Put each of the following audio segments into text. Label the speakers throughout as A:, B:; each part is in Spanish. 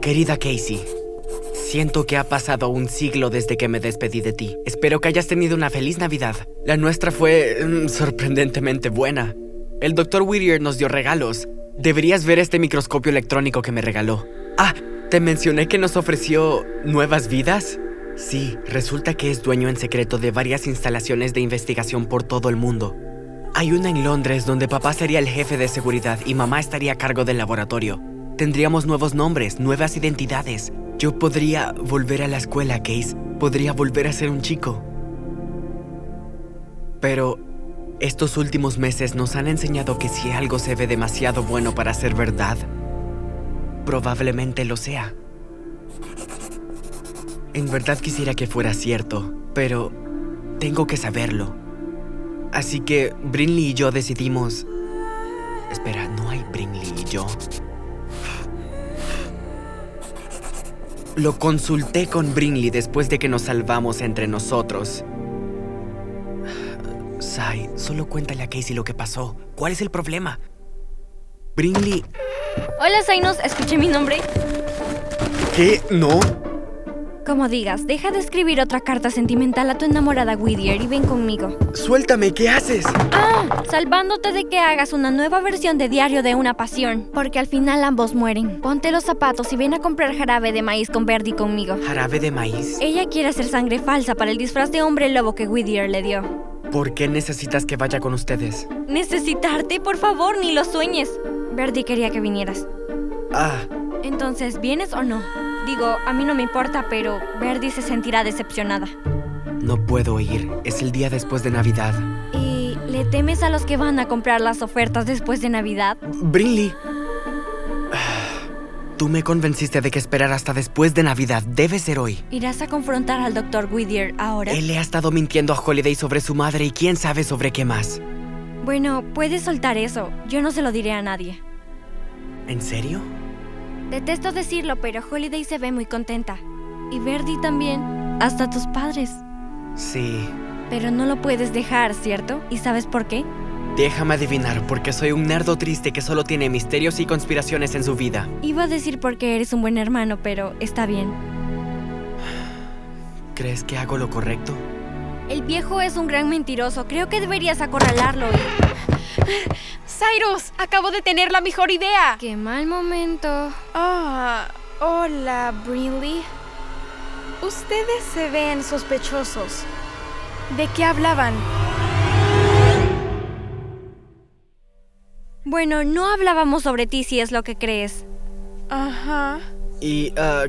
A: Querida Casey, siento que ha pasado un siglo desde que me despedí de ti. Espero que hayas tenido una feliz Navidad. La nuestra fue mm, sorprendentemente buena. El Dr. Whittier nos dio regalos. Deberías ver este microscopio electrónico que me regaló. Ah, ¿te mencioné que nos ofreció nuevas vidas? Sí, resulta que es dueño en secreto de varias instalaciones de investigación por todo el mundo. Hay una en Londres donde papá sería el jefe de seguridad y mamá estaría a cargo del laboratorio. Tendríamos nuevos nombres, nuevas identidades. Yo podría volver a la escuela, Case. Podría volver a ser un chico. Pero estos últimos meses nos han enseñado que si algo se ve demasiado bueno para ser verdad, probablemente lo sea. En verdad quisiera que fuera cierto, pero tengo que saberlo. Así que Brinley y yo decidimos... Espera, ¿no hay Brinley y yo? Lo consulté con Brinley después de que nos salvamos entre nosotros. Sai, solo cuéntale a Casey lo que pasó. ¿Cuál es el problema? Brinley...
B: Hola, Zainos, escuché mi nombre.
A: ¿Qué? ¿No?
B: Como digas, deja de escribir otra carta sentimental a tu enamorada Whittier y ven conmigo.
A: Suéltame, ¿qué haces?
B: ¡Ah! Salvándote de que hagas una nueva versión de Diario de una Pasión, porque al final ambos mueren. Ponte los zapatos y ven a comprar jarabe de maíz con Verdi conmigo.
A: Jarabe de maíz.
B: Ella quiere hacer sangre falsa para el disfraz de hombre lobo que Whittier le dio.
A: ¿Por qué necesitas que vaya con ustedes?
B: Necesitarte, por favor, ni lo sueñes. Verdi quería que vinieras.
A: Ah,
B: Entonces, ¿vienes o no? Digo, a mí no me importa, pero Verdi se sentirá decepcionada.
A: no puedo ir. Es el día después de Navidad.
B: ¿Y le temes a los que van a comprar las ofertas después de Navidad?
A: Brinley. Ah, Tú me convenciste de que esperar hasta después de Navidad debe ser hoy.
B: ¿Irás a confrontar al Dr. Whittier ahora?
A: Él le ha estado mintiendo a Holiday sobre su madre y quién sabe sobre qué más.
B: Bueno, puedes soltar eso. Yo no se lo diré a nadie.
A: ¿En serio?
B: Detesto decirlo, pero Holiday se ve muy contenta. Y Verdi también. Hasta tus padres.
A: Sí.
B: Pero no lo puedes dejar, ¿cierto? ¿Y sabes por qué?
A: Déjame adivinar, porque soy un nerdo triste que solo tiene misterios y conspiraciones en su vida.
B: Iba a decir porque eres un buen hermano, pero está bien.
A: ¿Crees que hago lo correcto?
B: El viejo es un gran mentiroso. Creo que deberías acorralarlo y...
C: Cyrus, acabo de tener la mejor idea.
B: ¡Qué mal momento!
C: Ah, hola, Brinley. Ustedes se ven sospechosos. ¿De qué hablaban?
B: Bueno, no hablábamos sobre ti si es lo que crees.
C: Ajá.
A: ¿Y ah,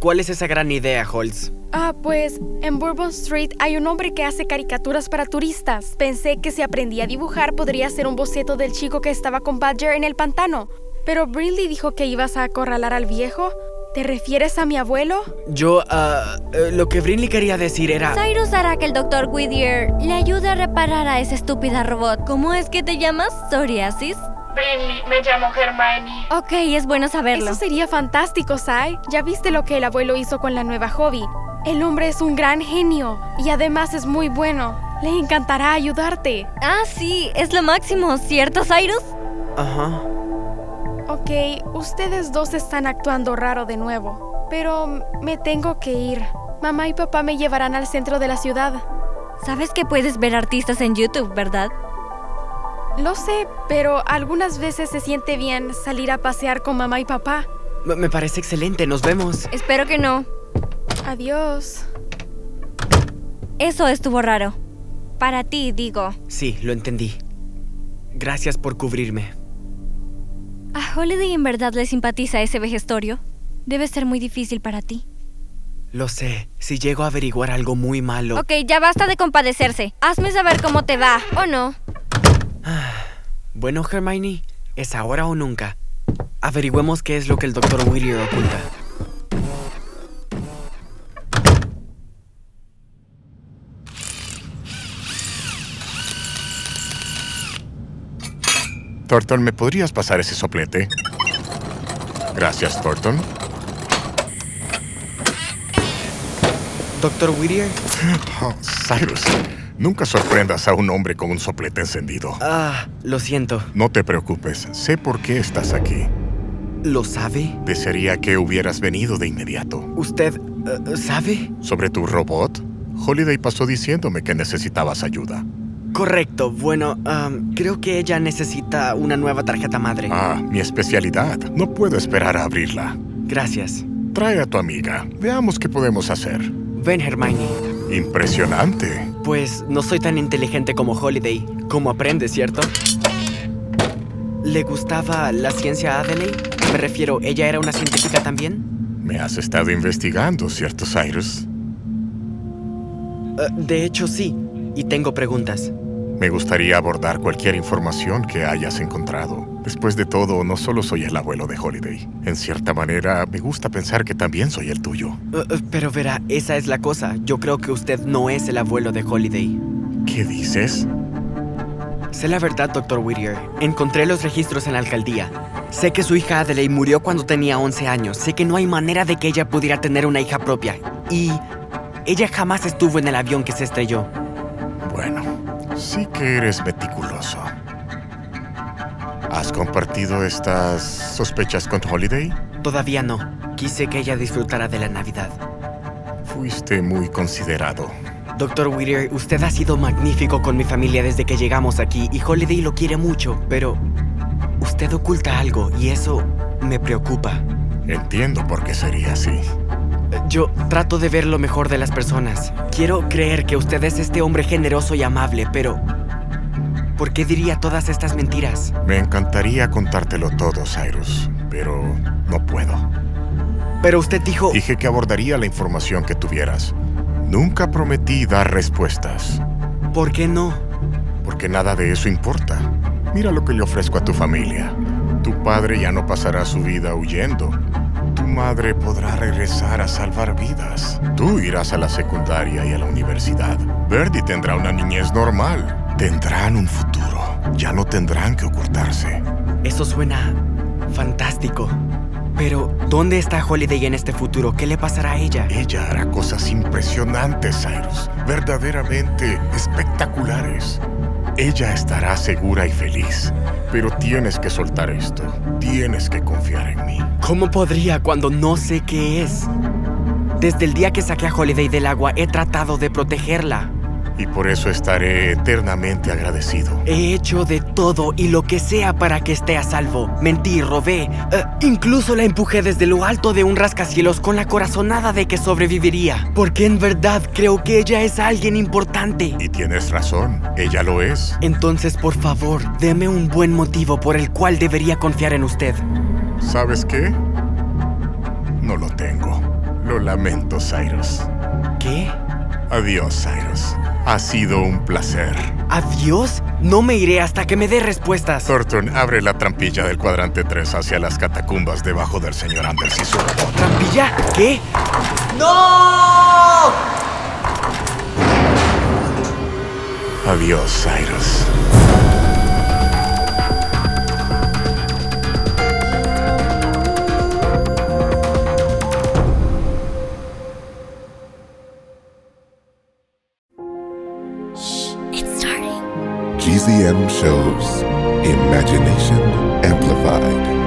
A: cuál es esa gran idea, Holtz?
C: Ah, pues en Bourbon Street hay un hombre que hace caricaturas para turistas. Pensé que si aprendía a dibujar podría ser un boceto del chico que estaba con Badger en el pantano. Pero Brinley dijo que ibas a acorralar al viejo. ¿Te refieres a mi abuelo?
A: Yo, ah, eh, lo que Brinley quería decir era...
B: Cyrus hará que el Dr. Whittier le ayude a reparar a esa estúpida robot. ¿Cómo es que te llamas? ¿Psoriasis?
D: Brinley, me llamo Hermione.
B: Ok, es bueno saberlo.
C: Eso sería fantástico, Sai. Ya viste lo que el abuelo hizo con la nueva hobby. El hombre es un gran genio y además es muy bueno. Le encantará ayudarte.
B: Ah, sí, es lo máximo, ¿cierto, Cyrus?
A: Ajá.
C: Ok, ustedes dos están actuando raro de nuevo, pero me tengo que ir. Mamá y papá me llevarán al centro de la ciudad.
B: Sabes que puedes ver artistas en YouTube, ¿verdad?
C: Lo sé, pero algunas veces se siente bien salir a pasear con mamá y papá.
A: Me- me parece excelente, nos vemos.
B: Espero que no.
C: Adiós.
B: Eso estuvo raro. Para ti, digo.
A: Sí, lo entendí. Gracias por cubrirme.
B: ¿A Holiday en verdad le simpatiza ese vejestorio? Debe ser muy difícil para ti.
A: Lo sé, si llego a averiguar algo muy malo...
B: Ok, ya basta de compadecerse. Hazme saber cómo te va, ¿o no?
A: Bueno, Hermione, es ahora o nunca. Averigüemos qué es lo que el Dr. Whittier oculta.
E: Thornton, ¿me podrías pasar ese soplete? Gracias, Thornton.
A: Doctor Whittier,
E: Oh, Cyrus, nunca sorprendas a un hombre con un soplete encendido.
A: ah, lo siento.
E: No te preocupes, sé por qué estás aquí.
A: ¿Lo sabe?
E: Desearía que hubieras venido de inmediato.
A: ¿Usted eh, sabe?
E: Sobre tu robot, Holiday pasó diciéndome que necesitabas ayuda.
A: Correcto, bueno, am, creo que ella necesita una nueva tarjeta madre.
E: Ah, mi especialidad. No puedo esperar a abrirla.
A: Gracias.
E: Trae a tu amiga. Veamos qué podemos hacer.
A: Ven, Hermione.
E: Impresionante.
A: Pues no soy tan inteligente como Holiday. Como aprende, cierto? ¿Le gustaba la ciencia a Adelaide? Me refiero, ¿ella era una científica también?
E: Me has estado investigando, ¿cierto, Cyrus?
A: Eh, de hecho, sí. Y tengo preguntas. Eh,
E: Me gustaría abordar cualquier información que hayas encontrado. Después de todo, no solo soy el abuelo de Holiday. En cierta manera, me gusta pensar que también soy el tuyo.
A: Eh, eh, pero verá, esa es la cosa. Yo creo que usted no es el abuelo de Holiday.
E: ¿Qué dices?
A: Sé la verdad, Dr. Whittier. Encontré los registros en la alcaldía. Sé que su hija Adelaide murió cuando tenía 11 años. Sé que no hay manera de que ella pudiera tener una hija propia. Y ella jamás estuvo en el avión que se estrelló.
E: Bueno, sí que eres meticuloso. ¿Has compartido estas sospechas con Holiday?
A: Todavía no. Quise que ella disfrutara de la Navidad.
E: Fuiste muy considerado.
A: Dr. Whittier, usted ha sido magnífico con mi familia desde que llegamos aquí y Holiday lo quiere mucho, pero usted oculta algo y eso me preocupa.
E: Entiendo por qué sería así.
A: Yo trato de ver lo mejor de las personas. Quiero creer que usted es este hombre generoso y amable, pero... ¿Por qué diría todas estas mentiras?
E: Me encantaría contártelo todo, Cyrus, pero no puedo.
A: Pero usted dijo...
E: Dije que abordaría la información que tuvieras. Nunca prometí dar respuestas,
A: ¿Por qué no?
E: porque nada de eso importa. Mira lo que le ofrezco a tu familia. Tu padre ya no pasará su vida huyendo. Tu madre podrá regresar a salvar vidas. Tú irás a la secundaria y a la universidad. Verdi tendrá una niñez normal. Tendrán un futuro. Ya no tendrán que ocultarse.
A: Eso suena fantástico. Pero, ¿dónde está Holiday en este futuro? ¿Qué le pasará a ella?
E: Ella hará cosas impresionantes, Cyrus, verdaderamente espectaculares. Ella estará segura y feliz, pero tienes que soltar esto, tienes que confiar en mí.
A: ¿Cómo podría cuando no sé qué es? Desde el día que saqué a Holiday del agua he tratado de protegerla.
E: Y por eso estaré eternamente agradecido.
A: He hecho de todo y lo que sea para que esté a salvo. Mentí, robé, eh, incluso la empujé desde lo alto de un rascacielos con la corazonada de que sobreviviría. Porque en verdad creo que ella es alguien importante.
E: Y tienes razón, ella lo es.
A: Entonces, por favor, deme un buen motivo por el cual debería confiar en usted.
E: ¿Sabes qué? No lo tengo. Lo lamento, Cyrus.
A: ¿Qué?
E: Adiós, Cyrus. Ha sido un placer.
A: ¿Adiós? No me iré hasta que me dé respuestas.
E: Thornton abre la trampilla del cuadrante 3 hacia las catacumbas debajo del señor Anders y su robot.
A: ¿Trampilla? ¿Qué?
E: Adiós, Cyrus.
F: GZM shows Imagination Amplified.